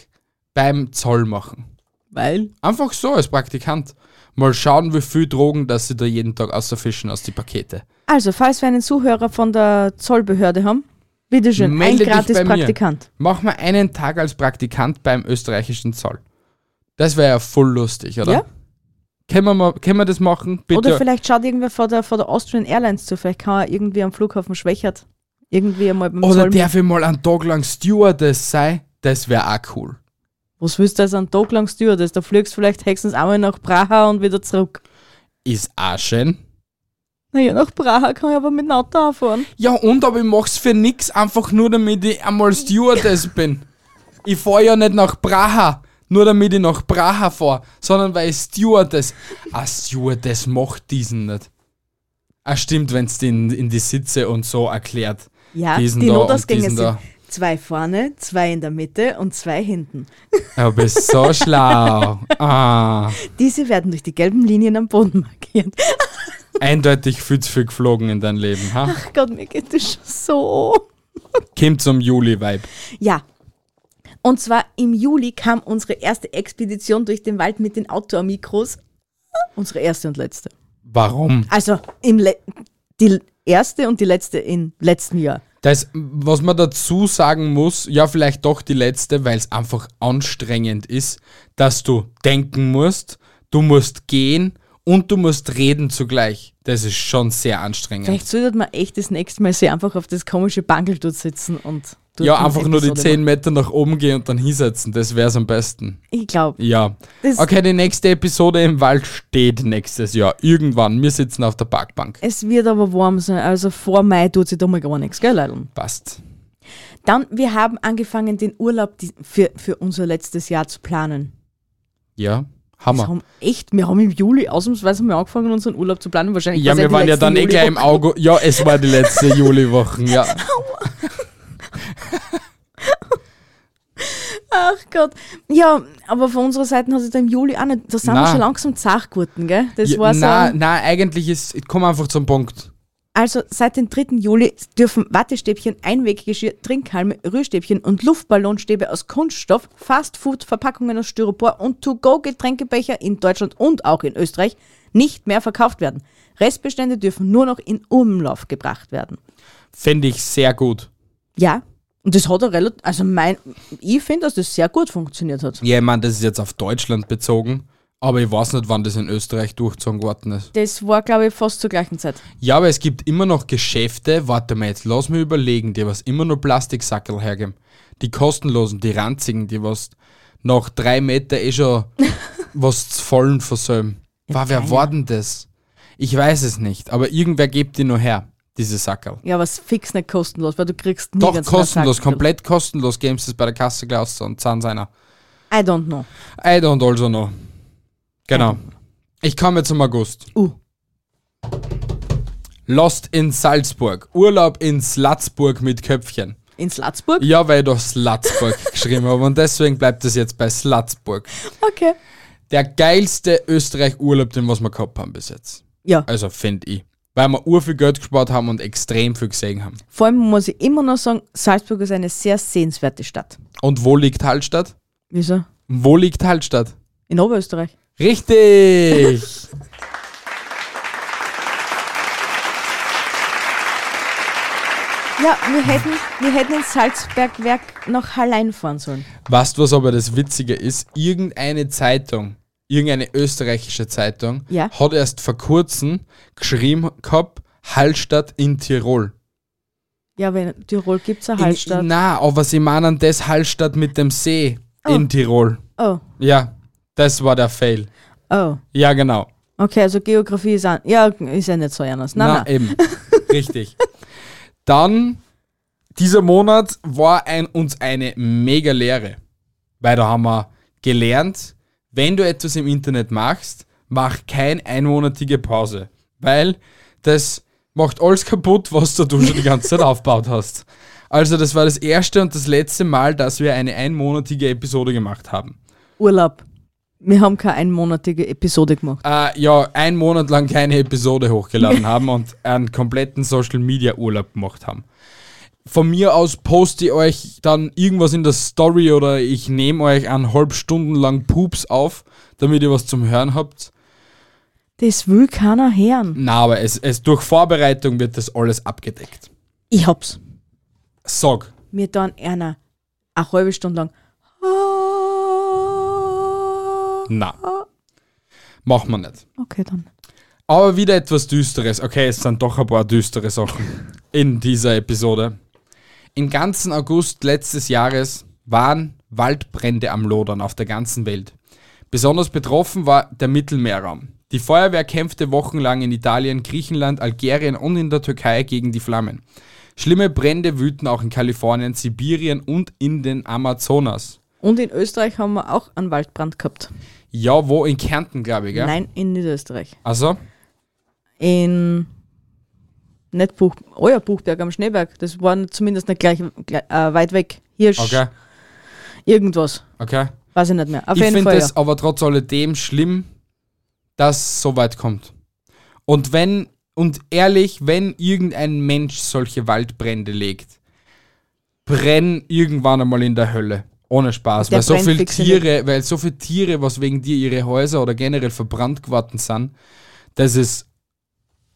Speaker 1: beim Zoll machen.
Speaker 2: Weil?
Speaker 1: Einfach so als Praktikant. Mal schauen, wie viel Drogen, dass sie da jeden Tag außerfischen aus die Pakete.
Speaker 2: Also, falls wir einen Zuhörer von der Zollbehörde haben, bitteschön,
Speaker 1: Melde
Speaker 2: ein
Speaker 1: dich
Speaker 2: gratis
Speaker 1: bei mir.
Speaker 2: Praktikant.
Speaker 1: Mach mal einen Tag als Praktikant beim österreichischen Zoll. Das wäre ja voll lustig, oder?
Speaker 2: Ja.
Speaker 1: Können wir, mal, können wir das machen? Bitte.
Speaker 2: Oder vielleicht schaut irgendwer vor der, vor der Austrian Airlines zu. Vielleicht kann er irgendwie am Flughafen Schwächert irgendwie einmal beim
Speaker 1: Oder
Speaker 2: Zoll.
Speaker 1: darf ich mal einen Tag lang Stewardess sein? Das wäre auch cool.
Speaker 2: Was willst du als einen Tag lang Stewardess? Da fliegst du vielleicht höchstens einmal nach Praha und wieder zurück.
Speaker 1: Ist auch schön.
Speaker 2: Naja, nach Praha kann ich aber mit dem Auto fahren.
Speaker 1: Ja, und aber ich mach's für nix, einfach nur damit ich einmal Stewardess bin. Ich fahr ja nicht nach Praha, nur damit ich nach Praha fahr, sondern weil ich Stewardess. A Stewardess macht diesen nicht. Ah, stimmt, wenn's den in die Sitze und so erklärt.
Speaker 2: Ja,
Speaker 1: Diesen
Speaker 2: die
Speaker 1: da und
Speaker 2: Notausgänge
Speaker 1: diesen
Speaker 2: sind
Speaker 1: da.
Speaker 2: zwei vorne, zwei in der Mitte und zwei hinten.
Speaker 1: Du bist so schlau. Ah,
Speaker 2: Diese werden durch die gelben Linien am Boden markiert.
Speaker 1: eindeutig viel zu viel geflogen in dein Leben. Ha?
Speaker 2: Ach Gott, mir geht das schon so.
Speaker 1: Kim zum Juli-Vibe.
Speaker 2: Ja. Und zwar im Juli kam unsere erste Expedition durch den Wald mit den Outdoor-Mikros. Unsere erste und letzte.
Speaker 1: Warum?
Speaker 2: Also im Le die erste und die letzte im letzten Jahr.
Speaker 1: Das, was man dazu sagen muss, ja, vielleicht doch die letzte, weil es einfach anstrengend ist, dass du denken musst, du musst gehen und du musst reden zugleich. Das ist schon sehr anstrengend.
Speaker 2: Vielleicht sollte man echt das nächste Mal sich einfach auf das komische Bankel dort sitzen und. dort
Speaker 1: Ja,
Speaker 2: eine
Speaker 1: einfach nur die
Speaker 2: Episode
Speaker 1: 10 Meter nach oben gehen und dann hinsetzen, das wäre am besten.
Speaker 2: machen. Ich glaube.
Speaker 1: Ja.
Speaker 2: Das-
Speaker 1: Okay, die nächste Episode im Wald steht nächstes Jahr. Irgendwann. Wir sitzen auf der Parkbank.
Speaker 2: Es wird aber warm sein, also vor Mai tut sich da mal gar nichts, gell, Leute?
Speaker 1: Passt.
Speaker 2: Dann, wir haben angefangen, den Urlaub die- für, für unser letztes Jahr zu planen.
Speaker 1: Ja.
Speaker 2: Wir
Speaker 1: Hammer.
Speaker 2: haben echt, wir haben im Juli ausnahmsweise mal angefangen, unseren Urlaub zu planen. Wahrscheinlich
Speaker 1: Ja,
Speaker 2: war's
Speaker 1: wir
Speaker 2: die
Speaker 1: waren ja
Speaker 2: letzte
Speaker 1: dann eh gleich im
Speaker 2: Juliwoche.
Speaker 1: Auge. Ja, es war die letzte Juliwoche, ja.
Speaker 2: Ach Gott. Ja, aber von unserer Seite hat sich dann im Juli auch nicht. Da sind wir
Speaker 1: Nein.
Speaker 2: schon langsam zachgurten, gell? Das
Speaker 1: Ja,
Speaker 2: war so.
Speaker 1: nein, nein, eigentlich ist, ich komme einfach zum Punkt.
Speaker 2: Also seit dem 3. Juli dürfen Wattestäbchen, Einweggeschirr, Trinkhalme, Rührstäbchen und Luftballonstäbe aus Kunststoff, Fastfood, Verpackungen aus Styropor und To-Go-Getränkebecher in Deutschland und auch in Österreich nicht mehr verkauft werden. Restbestände dürfen nur noch in Umlauf gebracht werden.
Speaker 1: Fände ich sehr gut.
Speaker 2: Ja, und das hat er relativ, also mein, ich finde, dass das sehr gut funktioniert hat.
Speaker 1: Ja, ich meine, das ist jetzt auf Deutschland bezogen, aber ich weiß nicht, wann das in Österreich durchgezogen worden ist.
Speaker 2: Das war, glaube ich, fast zur gleichen Zeit.
Speaker 1: Ja, aber es gibt immer noch Geschäfte, warte mal, jetzt lass mich überlegen, die was immer nur Plastiksackel hergeben. Die kostenlosen, die ranzigen, die was nach drei Meter eh schon was zu vollen versäumen. War, wer war denn das? Ich weiß es nicht, aber irgendwer gibt die nur her, diese Sackerl.
Speaker 2: Ja, was fix nicht kostenlos, weil du kriegst
Speaker 1: Doch,
Speaker 2: nirgends mehr
Speaker 1: kostenlos,
Speaker 2: Sachen.
Speaker 1: komplett kostenlos, games es bei der Kasse Klaus und Zahn seiner.
Speaker 2: I don't know.
Speaker 1: I don't also know. Genau. Ich komme zum August.
Speaker 2: Uh.
Speaker 1: Lost in Salzburg. Urlaub in Slatzburg mit Köpfchen.
Speaker 2: In Salzburg?
Speaker 1: Ja, weil ich doch Slatzburg geschrieben habe und deswegen bleibt es jetzt bei Slatzburg.
Speaker 2: Okay.
Speaker 1: Der geilste Österreich-Urlaub, den was wir gehabt haben bis jetzt.
Speaker 2: Ja.
Speaker 1: Also finde ich. Weil wir ur viel Geld gespart haben und extrem viel gesehen haben.
Speaker 2: Vor allem muss ich immer noch sagen, Salzburg ist eine sehr sehenswerte Stadt.
Speaker 1: Und wo liegt Hallstatt?
Speaker 2: Wieso?
Speaker 1: Wo liegt Hallstatt?
Speaker 2: In Oberösterreich.
Speaker 1: Richtig!
Speaker 2: Ja, wir hätten, wir hätten ins Salzbergwerk nach Hallein fahren sollen.
Speaker 1: Weißt du, was aber das Witzige ist? Irgendeine Zeitung, irgendeine österreichische Zeitung,
Speaker 2: Ja.
Speaker 1: hat erst vor kurzem geschrieben gehabt, Hallstatt in Tirol.
Speaker 2: Ja, wenn Tirol gibt es eine
Speaker 1: In,
Speaker 2: Hallstatt.
Speaker 1: na, aber sie meinen das Hallstatt mit dem See
Speaker 2: Ah.
Speaker 1: in Tirol.
Speaker 2: Oh,
Speaker 1: Ja, das war der Fail.
Speaker 2: oh.
Speaker 1: Ja, genau.
Speaker 2: Okay, also Geografie ist, an, ja, ist ja nicht so ernst. Nein, nein.
Speaker 1: eben. Richtig. Dann, dieser Monat war ein, uns eine mega Lehre. Weil da haben wir gelernt, wenn du etwas im Internet machst, mach keine einmonatige Pause. Weil das macht alles kaputt, was du da schon die ganze Zeit aufgebaut hast. Also das war das erste und das letzte Mal, dass wir eine einmonatige Episode gemacht haben.
Speaker 2: Urlaub. Wir haben keine einmonatige Episode gemacht.
Speaker 1: Äh, ja, einen Monat lang keine Episode hochgeladen haben und einen kompletten Social Media Urlaub gemacht haben. Von mir aus poste ich euch dann irgendwas in der Story oder ich nehme euch eineinhalb Stunden lang Pups auf, damit ihr was zum Hören habt.
Speaker 2: Das will keiner hören.
Speaker 1: Na, aber es, es durch Vorbereitung wird das alles abgedeckt.
Speaker 2: Ich hab's.
Speaker 1: Sag.
Speaker 2: Wir dann einer eine halbe Ah. Stunde lang.
Speaker 1: Na. Machen wir nicht.
Speaker 2: Okay, dann.
Speaker 1: Aber wieder etwas Düsteres. Okay, es sind doch ein paar düstere Sachen in dieser Episode. Im ganzen August letztes Jahres waren Waldbrände am Lodern auf der ganzen Welt. Besonders betroffen war der Mittelmeerraum. Die Feuerwehr kämpfte wochenlang in Italien, Griechenland, Algerien und in der Türkei gegen die Flammen. Schlimme Brände wüten auch in Kalifornien, Sibirien und in den Amazonas.
Speaker 2: Und in Österreich haben wir auch einen Waldbrand gehabt.
Speaker 1: Ja, wo in Kärnten, glaube ich, gell?
Speaker 2: Nein, in Niederösterreich.
Speaker 1: Also,
Speaker 2: In. Nicht Buch, euer Buchberg am Schneeberg. Das war zumindest nicht gleich, gleich äh, weit weg. Hirsch,
Speaker 1: okay,
Speaker 2: irgendwas.
Speaker 1: okay.
Speaker 2: Weiß ich nicht mehr. Auf
Speaker 1: ich
Speaker 2: jeden
Speaker 1: finde
Speaker 2: Fall.
Speaker 1: es aber trotz alledem schlimm, dass es so weit kommt. Und wenn, und ehrlich, wenn irgendein Mensch solche Waldbrände legt, brenn irgendwann einmal in der Hölle. Ohne Spaß.
Speaker 2: Der
Speaker 1: Weil so,
Speaker 2: brennt
Speaker 1: viele
Speaker 2: fix in der-
Speaker 1: Tiere, weil so viele Tiere, was wegen dir ihre Häuser oder generell verbrannt geworden sind, das ist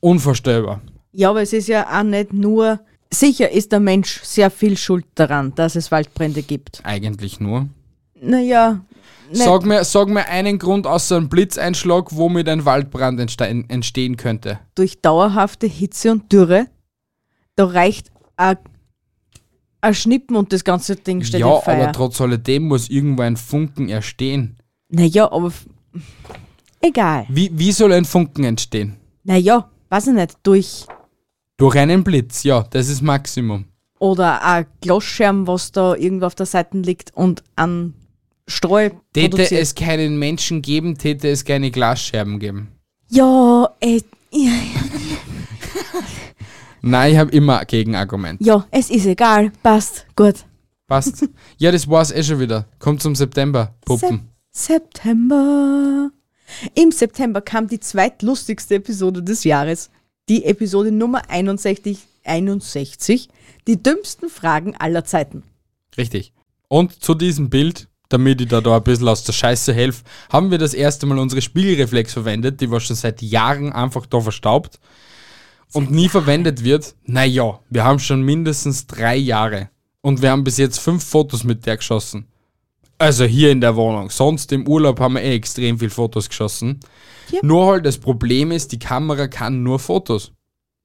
Speaker 1: unvorstellbar.
Speaker 2: Ja, aber es ist ja auch nicht nur. Sicher ist der Mensch sehr viel schuld daran, dass es Waldbrände gibt.
Speaker 1: Eigentlich nur.
Speaker 2: Naja, nicht.
Speaker 1: Sag mir, sag mir einen Grund außer einem Blitzeinschlag, womit ein Waldbrand entstehen, entstehen könnte.
Speaker 2: durch dauerhafte Hitze und Dürre, da reicht ein ein Schnippen und das ganze Ding steht
Speaker 1: ja,
Speaker 2: in Feuer.
Speaker 1: aber trotz alledem muss irgendwo ein Funken erstehen.
Speaker 2: naja, aber. f- Egal.
Speaker 1: Wie, wie soll ein Funken entstehen?
Speaker 2: Naja, weiß ich nicht, durch.
Speaker 1: Durch einen Blitz, ja, das ist Maximum.
Speaker 2: Oder ein Glasscherm, was da irgendwo auf der Seite liegt und an Streu
Speaker 1: Täte
Speaker 2: produziert.
Speaker 1: es keinen Menschen geben, täte es keine Glasscherben geben.
Speaker 2: Ja, es,
Speaker 1: Nein, ich habe immer ein Gegenargument.
Speaker 2: ja, es ist egal. Passt. Gut.
Speaker 1: Passt. ja, das war's eh schon wieder. Kommt zum September, Puppen.
Speaker 2: Sep September. Im September kam die zweitlustigste Episode des Jahres, die Episode Nummer 61, 61, die dümmsten Fragen aller Zeiten.
Speaker 1: Richtig. Und zu diesem Bild, damit ich da, da ein bisschen aus der Scheiße helfe, haben wir das erste Mal unsere Spiegelreflex verwendet, die war schon seit Jahren einfach da verstaubt und nie verwendet wird. Naja, wir haben schon mindestens drei Jahre und wir haben bis jetzt fünf Fotos mit der geschossen. Also hier in der Wohnung. Sonst im Urlaub haben wir eh extrem viel Fotos geschossen.
Speaker 2: Ja.
Speaker 1: Nur halt das Problem ist, die Kamera kann nur Fotos.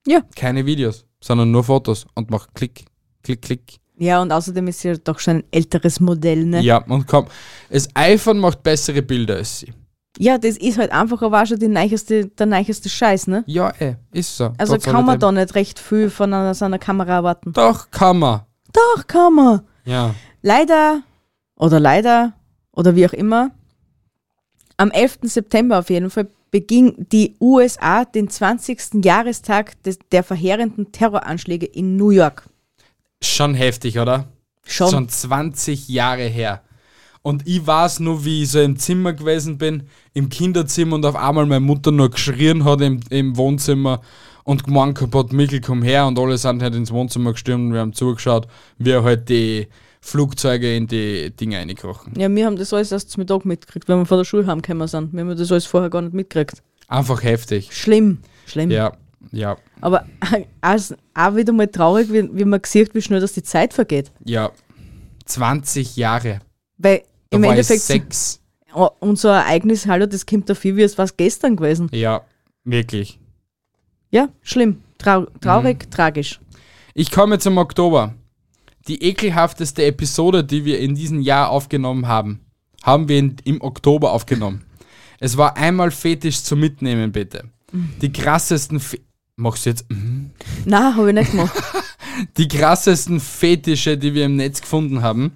Speaker 2: Ja.
Speaker 1: Keine Videos, sondern nur Fotos und macht Klick, Klick, Klick.
Speaker 2: Ja, und außerdem ist sie ja doch schon ein älteres Modell, ne?
Speaker 1: Ja, und komm, das iPhone macht bessere Bilder als sie.
Speaker 2: Ja, das ist halt einfach aber auch schon die neicheste, der neicheste Scheiß, ne?
Speaker 1: Ja, eh, ist so.
Speaker 2: Also
Speaker 1: Trotz
Speaker 2: kann man
Speaker 1: alledem.
Speaker 2: da nicht recht viel von einer, so einer Kamera erwarten.
Speaker 1: Doch, kann man.
Speaker 2: Doch, kann man.
Speaker 1: Ja.
Speaker 2: leider oder leider oder wie auch immer, am 11. September auf jeden Fall beging die USA den 20. Jahrestag des, der verheerenden Terroranschläge in New York.
Speaker 1: Schon heftig, oder?
Speaker 2: Schon.
Speaker 1: Schon 20 Jahre her. Und ich weiß nur, wie ich so im Zimmer gewesen bin, im Kinderzimmer und auf einmal meine Mutter nur geschrien hat im, im Wohnzimmer und gemeint kaputt, Michel, komm her und alle sind halt ins Wohnzimmer gestürmt und wir haben zugeschaut, wie halt die Flugzeuge in die Dinge reinkrochen.
Speaker 2: Ja, wir haben das alles erst zum Mittag mitgekriegt, wenn wir von der Schule heimgekommen sind. Wir haben das alles vorher gar nicht mitgekriegt.
Speaker 1: Einfach heftig.
Speaker 2: Schlimm, schlimm.
Speaker 1: Ja, ja,
Speaker 2: Aber auch, auch wieder mal traurig, wie, wie man sieht, wie schnell das die Zeit vergeht.
Speaker 1: Ja. 20 Jahre.
Speaker 2: Weil
Speaker 1: Da
Speaker 2: im
Speaker 1: war
Speaker 2: Endeffekt,
Speaker 1: ich sechs.
Speaker 2: oh, unser Ereignis, hallo, das kommt dafür, wie es war gestern gewesen.
Speaker 1: Ja, wirklich.
Speaker 2: Ja, schlimm, trau traurig,
Speaker 1: Mhm.
Speaker 2: tragisch.
Speaker 1: Ich komme zum Oktober. Die ekelhafteste Episode, die wir in diesem Jahr aufgenommen haben, haben wir in, im Oktober aufgenommen. Es war einmal Fetisch zum Mitnehmen, bitte.
Speaker 2: Mhm.
Speaker 1: Die krassesten Fe Machst du jetzt? mhm?
Speaker 2: Nein, habe ich nicht gemacht.
Speaker 1: Die krassesten Fetische, die wir im Netz gefunden haben.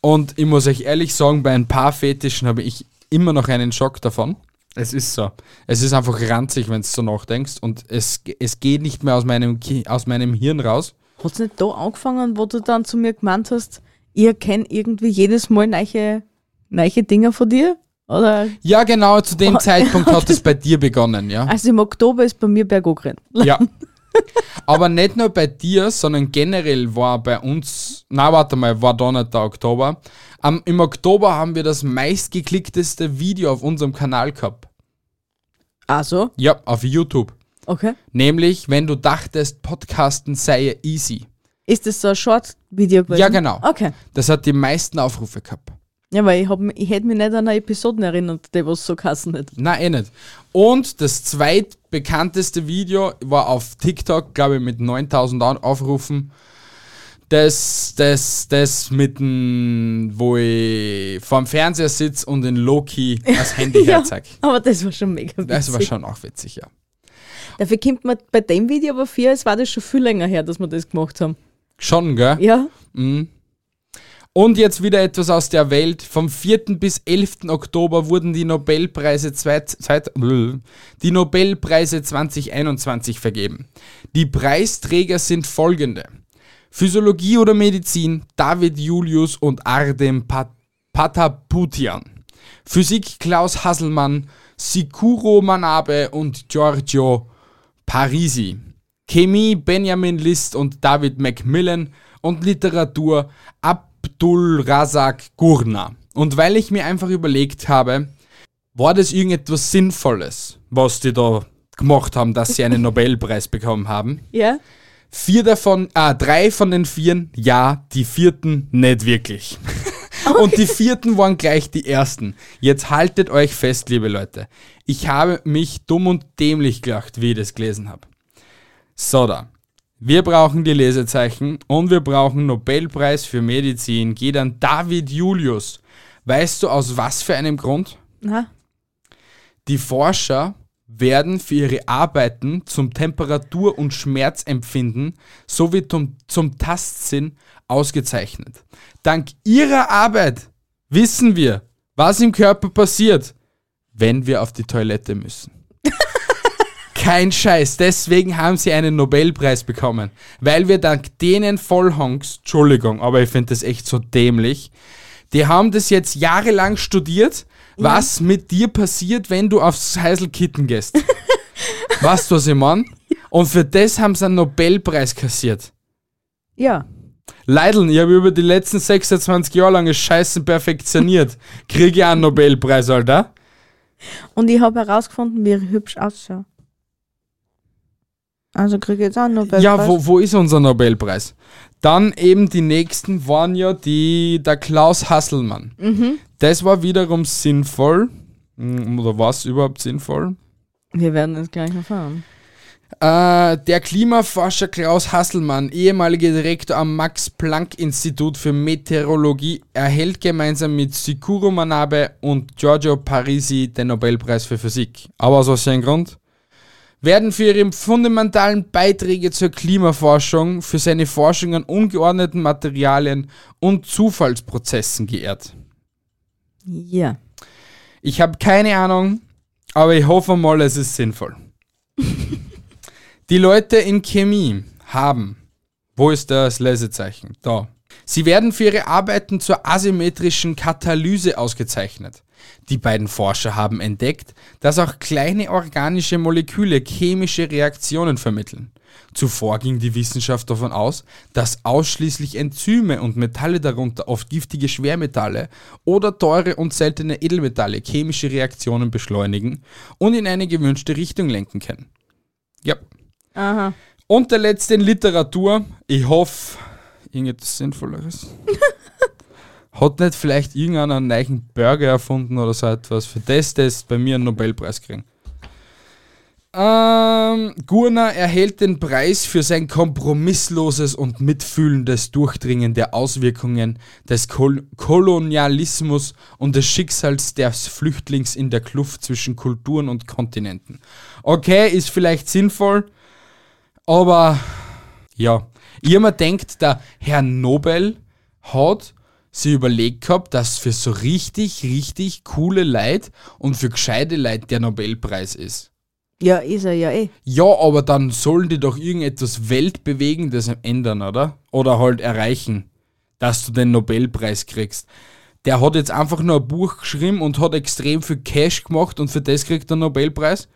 Speaker 1: Und ich muss euch ehrlich sagen, bei ein paar Fetischen habe ich immer noch einen Schock davon. Es ist so. Es ist einfach ranzig, wenn du so nachdenkst. Und es, es geht nicht mehr aus meinem, Ki- aus meinem Hirn raus.
Speaker 2: Hat es nicht da angefangen, wo du dann zu mir gemeint hast, ihr kennt irgendwie jedes Mal neue, neue Dinger von dir? Oder?
Speaker 1: Ja, genau, zu dem Zeitpunkt hat es bei dir begonnen, ja.
Speaker 2: Also im Oktober ist bei mir bergog rennt.
Speaker 1: Ja. Aber nicht nur bei dir, sondern generell war bei uns, na warte mal, war da nicht der Oktober. Am, Im Oktober haben wir das meistgeklickteste Video auf unserem Kanal gehabt.
Speaker 2: Also,
Speaker 1: Ja, auf YouTube.
Speaker 2: okay.
Speaker 1: Nämlich, wenn du dachtest, Podcasten sei easy.
Speaker 2: Ist das so ein Short-Video gewesen?
Speaker 1: Ja, genau.
Speaker 2: Okay.
Speaker 1: Das hat die meisten Aufrufe gehabt.
Speaker 2: Ja, weil ich, hab, mi- ich hätte mich nicht an eine Episode erinnert, die was so kassen hat.
Speaker 1: Nein, eh nicht. Und das zweitbekannteste Video war auf TikTok, glaube ich, mit 9000 An- Aufrufen. Das, das, das mit dem, wo ich vorm Fernseher sitze und den Loki als Handy herzeig.
Speaker 2: aber das war schon mega witzig.
Speaker 1: Das war schon auch witzig, ja.
Speaker 2: Dafür kommt man bei dem Video aber vier, es war das schon viel länger her, dass wir das gemacht haben.
Speaker 1: Schon, gell?
Speaker 2: Ja,
Speaker 1: Und jetzt wieder etwas aus der Welt. Vom 4. bis 11. Oktober wurden die Nobelpreise, zweit, zweit, blö, die Nobelpreise 2021 vergeben. Die Preisträger sind folgende. Physiologie oder Medizin, David Julius und Ardem Pat Pataputian. Physik, Klaus Hasselmann, Sikuro Manabe und Giorgio Parisi. Chemie Benjamin List und David Macmillan und Literatur Abdul Razak Gurna. Und weil ich mir einfach überlegt habe, war das irgendetwas Sinnvolles, was die da gemacht haben, dass sie einen Nobelpreis bekommen haben?
Speaker 2: ja.
Speaker 1: Vier davon, ah, drei von den vieren, ja, die vierten nicht wirklich. Und die vierten waren gleich die ersten. Jetzt haltet euch fest, liebe Leute. Ich habe mich dumm und dämlich gelacht, wie ich das gelesen habe. So da. Wir brauchen die Lesezeichen und wir brauchen Nobelpreis für Medizin. Geht an David Julius. Weißt du aus was für einem Grund?
Speaker 2: Na,
Speaker 1: Die Forscher werden für ihre Arbeiten zum Temperatur- und Schmerzempfinden sowie zum, zum Tastsinn ausgezeichnet. Dank ihrer Arbeit wissen wir, was im Körper passiert, wenn wir auf die Toilette müssen. Kein Scheiß, deswegen haben sie einen Nobelpreis bekommen, weil wir dank denen Vollhongs, Entschuldigung, aber ich finde das echt so dämlich, die haben das jetzt jahrelang studiert, was mit dir passiert, wenn du aufs Heiselkitten gehst. weißt du, was ich mein? Und für das haben sie einen Nobelpreis kassiert.
Speaker 2: ja.
Speaker 1: Leideln, ich habe über die letzten 26 Jahre lange Scheißen perfektioniert. Kriege ich einen Nobelpreis, Alter.
Speaker 2: Und ich habe herausgefunden, wie ich hübsch ausschaue. Also kriege ich jetzt auch noch besser.
Speaker 1: Ja, wo, wo ist unser Nobelpreis? Dann eben die nächsten waren ja die, der Klaus Hasselmann. Das war wiederum sinnvoll. Hm, Oder war es überhaupt sinnvoll?
Speaker 2: Wir werden es gleich erfahren.
Speaker 1: Äh, der Klimaforscher Klaus Hasselmann, ehemaliger Direktor am Max-Planck-Institut für Meteorologie, erhält gemeinsam mit Sikuro Manabe und Giorgio Parisi den Nobelpreis für Physik. Aber aus was für einem Grund? Werden für ihre fundamentalen Beiträge zur Klimaforschung, für seine Forschung an ungeordneten Materialien und Zufallsprozessen geehrt.
Speaker 2: Ja.
Speaker 1: Ich habe keine Ahnung, aber ich hoffe mal, es ist sinnvoll. Die Leute in Chemie haben, wo ist das Lesezeichen? Da. Sie werden für ihre Arbeiten zur asymmetrischen Katalyse ausgezeichnet. Die beiden Forscher haben entdeckt, dass auch kleine organische Moleküle chemische Reaktionen vermitteln. Zuvor ging die Wissenschaft davon aus, dass ausschließlich Enzyme und Metalle darunter oft giftige Schwermetalle oder teure und seltene Edelmetalle chemische Reaktionen beschleunigen und in eine gewünschte Richtung lenken können. Ja.
Speaker 2: Aha.
Speaker 1: Und der letzte in Literatur. Ich hoffe, irgendetwas Sinnvolleres. Hat nicht vielleicht irgendeiner einen neuen Burger erfunden oder so etwas, für das das bei mir einen Nobelpreis kriegen. Ähm, Gurner erhält den Preis für sein kompromissloses und mitfühlendes Durchdringen der Auswirkungen des Kol Kolonialismus und des Schicksals des Flüchtlings in der Kluft zwischen Kulturen und Kontinenten. Okay, ist vielleicht sinnvoll, aber ja, ich hab mir denkt, der Herr Nobel hat sich überlegt gehabt, dass für so richtig, richtig coole Leid und für gescheite Leid der Nobelpreis ist.
Speaker 2: Ja, ist er ja eh.
Speaker 1: Ja, aber dann sollen die doch irgendetwas Weltbewegendes ändern, oder? Oder halt erreichen, dass du den Nobelpreis kriegst. Der hat jetzt einfach nur ein Buch geschrieben und hat extrem viel Cash gemacht und für das kriegt er einen Nobelpreis.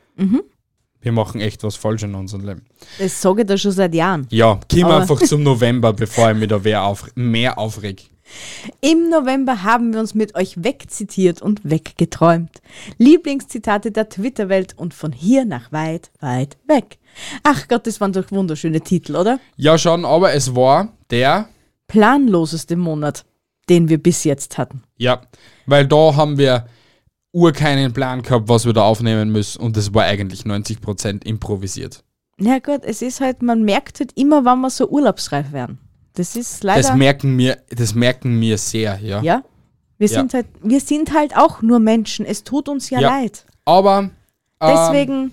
Speaker 1: Wir machen echt was falsch in unserem Leben.
Speaker 2: Das sage ich da schon seit Jahren.
Speaker 1: Ja, komm
Speaker 2: Aber-
Speaker 1: einfach zum November, bevor ich mich da wer auf, mehr aufreg.
Speaker 2: Im November haben wir uns mit euch wegzitiert und weggeträumt. Lieblingszitate der Twitter-Welt und von hier nach weit, weit weg. Ach Gott, das waren doch wunderschöne Titel, oder?
Speaker 1: Ja, schon, aber es war der.
Speaker 2: Planloseste Monat. den wir bis jetzt hatten.
Speaker 1: Ja, weil da haben wir ur keinen Plan gehabt, was wir da aufnehmen müssen und das war eigentlich 90% improvisiert.
Speaker 2: Na gut, es ist halt, man merkt halt immer, wann wir so urlaubsreif werden. Das ist leider.
Speaker 1: Das merken wir, das merken wir sehr, ja.
Speaker 2: ja. Wir
Speaker 1: Ja.
Speaker 2: sind halt, wir sind halt auch nur Menschen. Es tut uns ja,
Speaker 1: Ja.
Speaker 2: leid.
Speaker 1: Aber ähm,
Speaker 2: Deswegen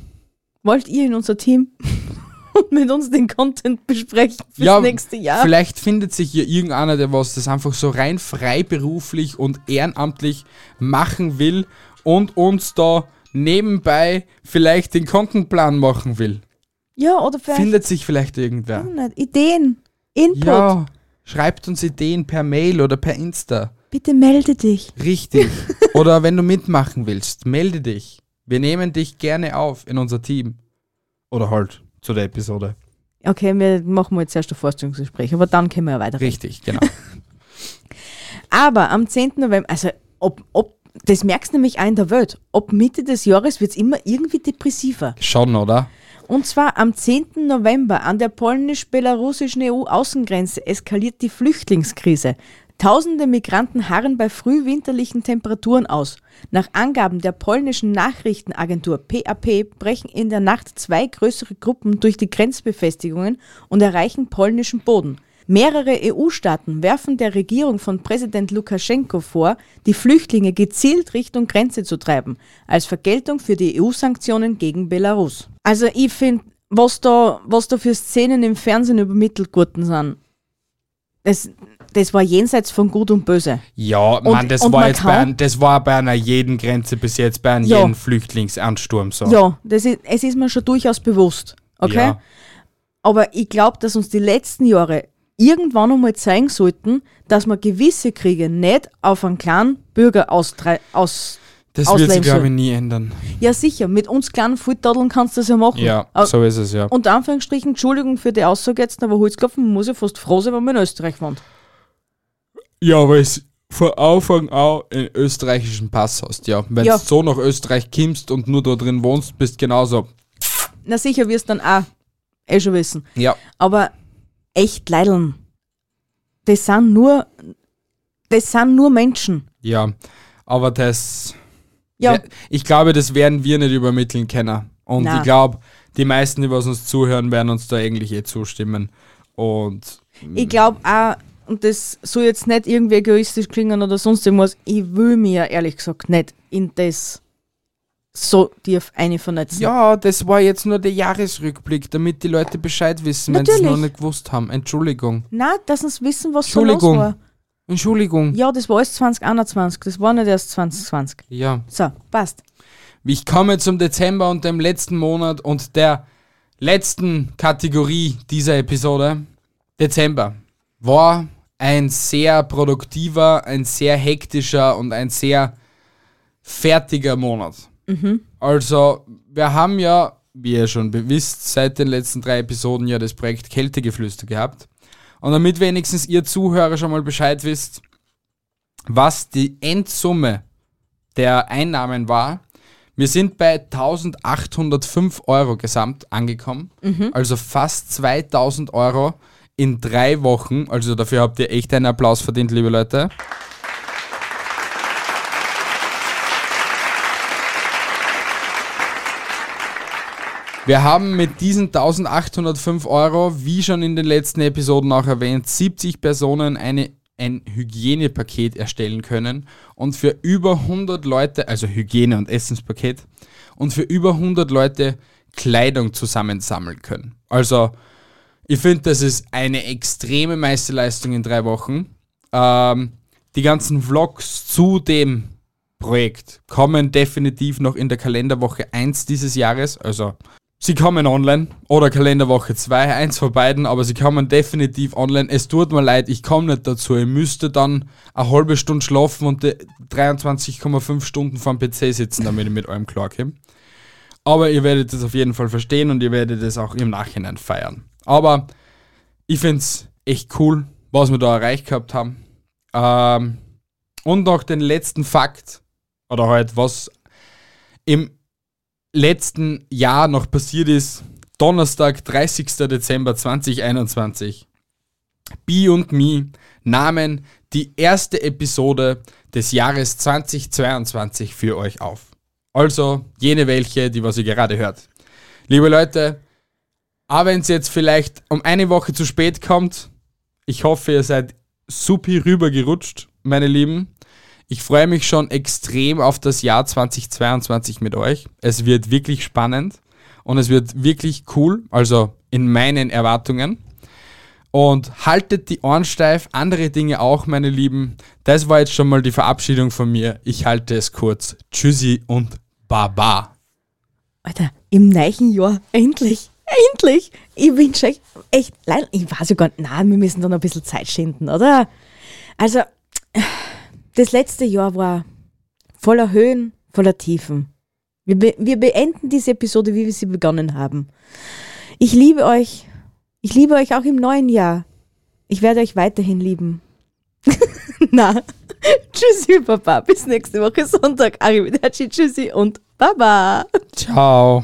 Speaker 2: wollt ihr in unser Team und mit uns den Content besprechen fürs
Speaker 1: ja,
Speaker 2: nächste Jahr.
Speaker 1: Vielleicht findet sich hier irgendeiner, der was das einfach so rein freiberuflich und ehrenamtlich machen will und uns da nebenbei vielleicht den Kontenplan machen will.
Speaker 2: Ja, oder vielleicht
Speaker 1: Findet sich vielleicht irgendwer.
Speaker 2: nicht. Ideen, Input.
Speaker 1: Ja, schreibt uns Ideen per Mail oder per Insta.
Speaker 2: Bitte melde dich.
Speaker 1: Richtig. oder wenn du mitmachen willst, melde dich. Wir nehmen dich gerne auf in unser Team. Oder halt zu der Episode.
Speaker 2: Okay, wir machen jetzt erst ein Vorstellungsgespräch, aber dann können wir ja weiter.
Speaker 1: Richtig, genau.
Speaker 2: Aber am 10. November, also ob, ob, das merkst du nämlich auch in der Welt, ob Mitte des Jahres wird es immer irgendwie depressiver.
Speaker 1: Schon, oder?
Speaker 2: Und zwar am 10. November an der polnisch-belarussischen EU-Außengrenze eskaliert die Flüchtlingskrise. Tausende Migranten harren bei frühwinterlichen Temperaturen aus. Nach Angaben der polnischen Nachrichtenagentur PAP brechen in der Nacht zwei größere Gruppen durch die Grenzbefestigungen und erreichen polnischen Boden. Mehrere EU-Staaten werfen der Regierung von Präsident Lukaschenko vor, die Flüchtlinge gezielt Richtung Grenze zu treiben, als Vergeltung für die EU-Sanktionen gegen Belarus. Also ich finde, was da, was da für Szenen im Fernsehen übermittelt wurden sind, das, das war jenseits von Gut und Böse.
Speaker 1: Ja,
Speaker 2: Und-
Speaker 1: man, das
Speaker 2: und
Speaker 1: war
Speaker 2: man
Speaker 1: jetzt
Speaker 2: kann-
Speaker 1: bei, ein, das war bei einer jeden Grenze bis jetzt, bei einem
Speaker 2: Ja.
Speaker 1: jeden Flüchtlingsansturm so.
Speaker 2: Ja, das ist, es ist mir schon durchaus bewusst. Okay?
Speaker 1: Ja.
Speaker 2: Aber ich glaube, dass uns die letzten Jahre irgendwann einmal zeigen sollten, dass man gewisse Kriege nicht auf einen kleinen Bürger austrei aus.
Speaker 1: Das wird
Speaker 2: Ausleben
Speaker 1: sich, glaube ich,
Speaker 2: sollen.
Speaker 1: nie ändern.
Speaker 2: Ja, sicher, mit uns kleinen Fulltadeln kannst du das ja machen.
Speaker 1: Ja,
Speaker 2: Aber-
Speaker 1: so ist es, ja.
Speaker 2: Unter Anführungsstrichen, Entschuldigung für die Aussage jetzt, aber Holzklopfen man muss ja fast froh sein, wenn man in Österreich wohnt.
Speaker 1: Ja, weil es von Anfang an einen österreichischen Pass hast, ja. Wenn
Speaker 2: Ja.
Speaker 1: du so nach Österreich kimmst und nur da drin wohnst, bist genauso.
Speaker 2: Na sicher, wirst dann auch eh schon wissen.
Speaker 1: Ja.
Speaker 2: Aber echt leideln. Das sind nur, das sind nur Menschen.
Speaker 1: Ja. Aber das.
Speaker 2: Ja,
Speaker 1: Ja, Ich glaube, das werden wir nicht übermitteln können. Und
Speaker 2: Na.
Speaker 1: ich glaube, die meisten, die was uns zuhören, werden uns da eigentlich eh zustimmen. Und
Speaker 2: ich glaube auch, und das soll jetzt nicht irgendwie egoistisch klingen oder sonst irgendwas, ich will mir ehrlich gesagt nicht in das so tief eine vernetzen.
Speaker 1: ja, das war jetzt nur der Jahresrückblick, damit die Leute Bescheid wissen, wenn sie es noch
Speaker 2: Natürlich.
Speaker 1: nicht gewusst haben. Entschuldigung.
Speaker 2: Nein, dass uns wissen, was so los
Speaker 1: Entschuldigung.
Speaker 2: war.
Speaker 1: Entschuldigung.
Speaker 2: Ja, das war alles 2021, das war nicht erst 2020.
Speaker 1: Ja.
Speaker 2: So, passt.
Speaker 1: Ich komme zum Dezember und dem letzten Monat und der letzten Kategorie dieser Episode. Dezember war ein sehr produktiver, ein sehr hektischer und ein sehr fertiger Monat. Also, wir haben ja, wie ihr schon wisst, seit den letzten drei Episoden ja das Projekt Kältegeflüster gehabt. Und damit wenigstens ihr Zuhörer schon mal Bescheid wisst, was die Endsumme der Einnahmen war. Wir sind bei 1805 Euro gesamt angekommen, also fast 2000 Euro in drei Wochen. Also dafür habt ihr echt einen Applaus verdient, liebe Leute. Wir haben mit diesen 1805 Euro, wie schon in den letzten Episoden auch erwähnt, 70 Personen eine, ein Hygienepaket erstellen können und für über 100 Leute, also Hygiene- und Essenspaket, und für über 100 Leute Kleidung zusammensammeln können. Also, ich finde, das ist eine extreme Meisterleistung in drei Wochen. Ähm, die ganzen Vlogs zu dem Projekt kommen definitiv noch in der Kalenderwoche 1 dieses Jahres, also Sie kommen online oder Kalenderwoche 2, eins von beiden, aber sie kommen definitiv online. Es tut mir leid, ich komme nicht dazu. Ich müsste dann eine halbe Stunde schlafen und die 23,5 Stunden vom PC sitzen, damit ich mit allem klarkomme. Aber ihr werdet das auf jeden Fall verstehen und ihr werdet es auch im Nachhinein feiern. Aber ich finde es echt cool, was wir da erreicht gehabt haben. Ähm, und noch den letzten Fakt, oder halt, was im letzten Jahr noch passiert ist, Donnerstag, 30. Dezember 2021. Bee und Me nahmen die erste Episode des Jahres 2022 für euch auf. Also jene welche, die was ihr gerade hört. Liebe Leute, auch wenn es jetzt vielleicht um eine Woche zu spät kommt, ich hoffe, ihr seid supi rübergerutscht, meine Lieben. Ich freue mich schon extrem auf das Jahr 2022 mit euch. Es wird wirklich spannend und es wird wirklich cool, also in meinen Erwartungen. Und haltet die Ohren steif, andere Dinge auch, meine Lieben. Das war jetzt schon mal die Verabschiedung von mir. Ich halte es kurz. Tschüssi und Baba.
Speaker 2: Alter, im neuen Jahr, endlich, endlich. Ich wünsche euch echt, leid- ich weiß ja gar nicht, nein, wir müssen da noch ein bisschen Zeit schinden, oder? Also, das letzte Jahr war voller Höhen, voller Tiefen. Wir, be wir beenden diese Episode, wie wir sie begonnen haben. Ich liebe euch. Ich liebe euch auch im neuen Jahr. Ich werde euch weiterhin lieben. Na, tschüssi, Papa. Bis nächste Woche Sonntag. Arrivederci, tschüssi und Baba.
Speaker 1: Ciao.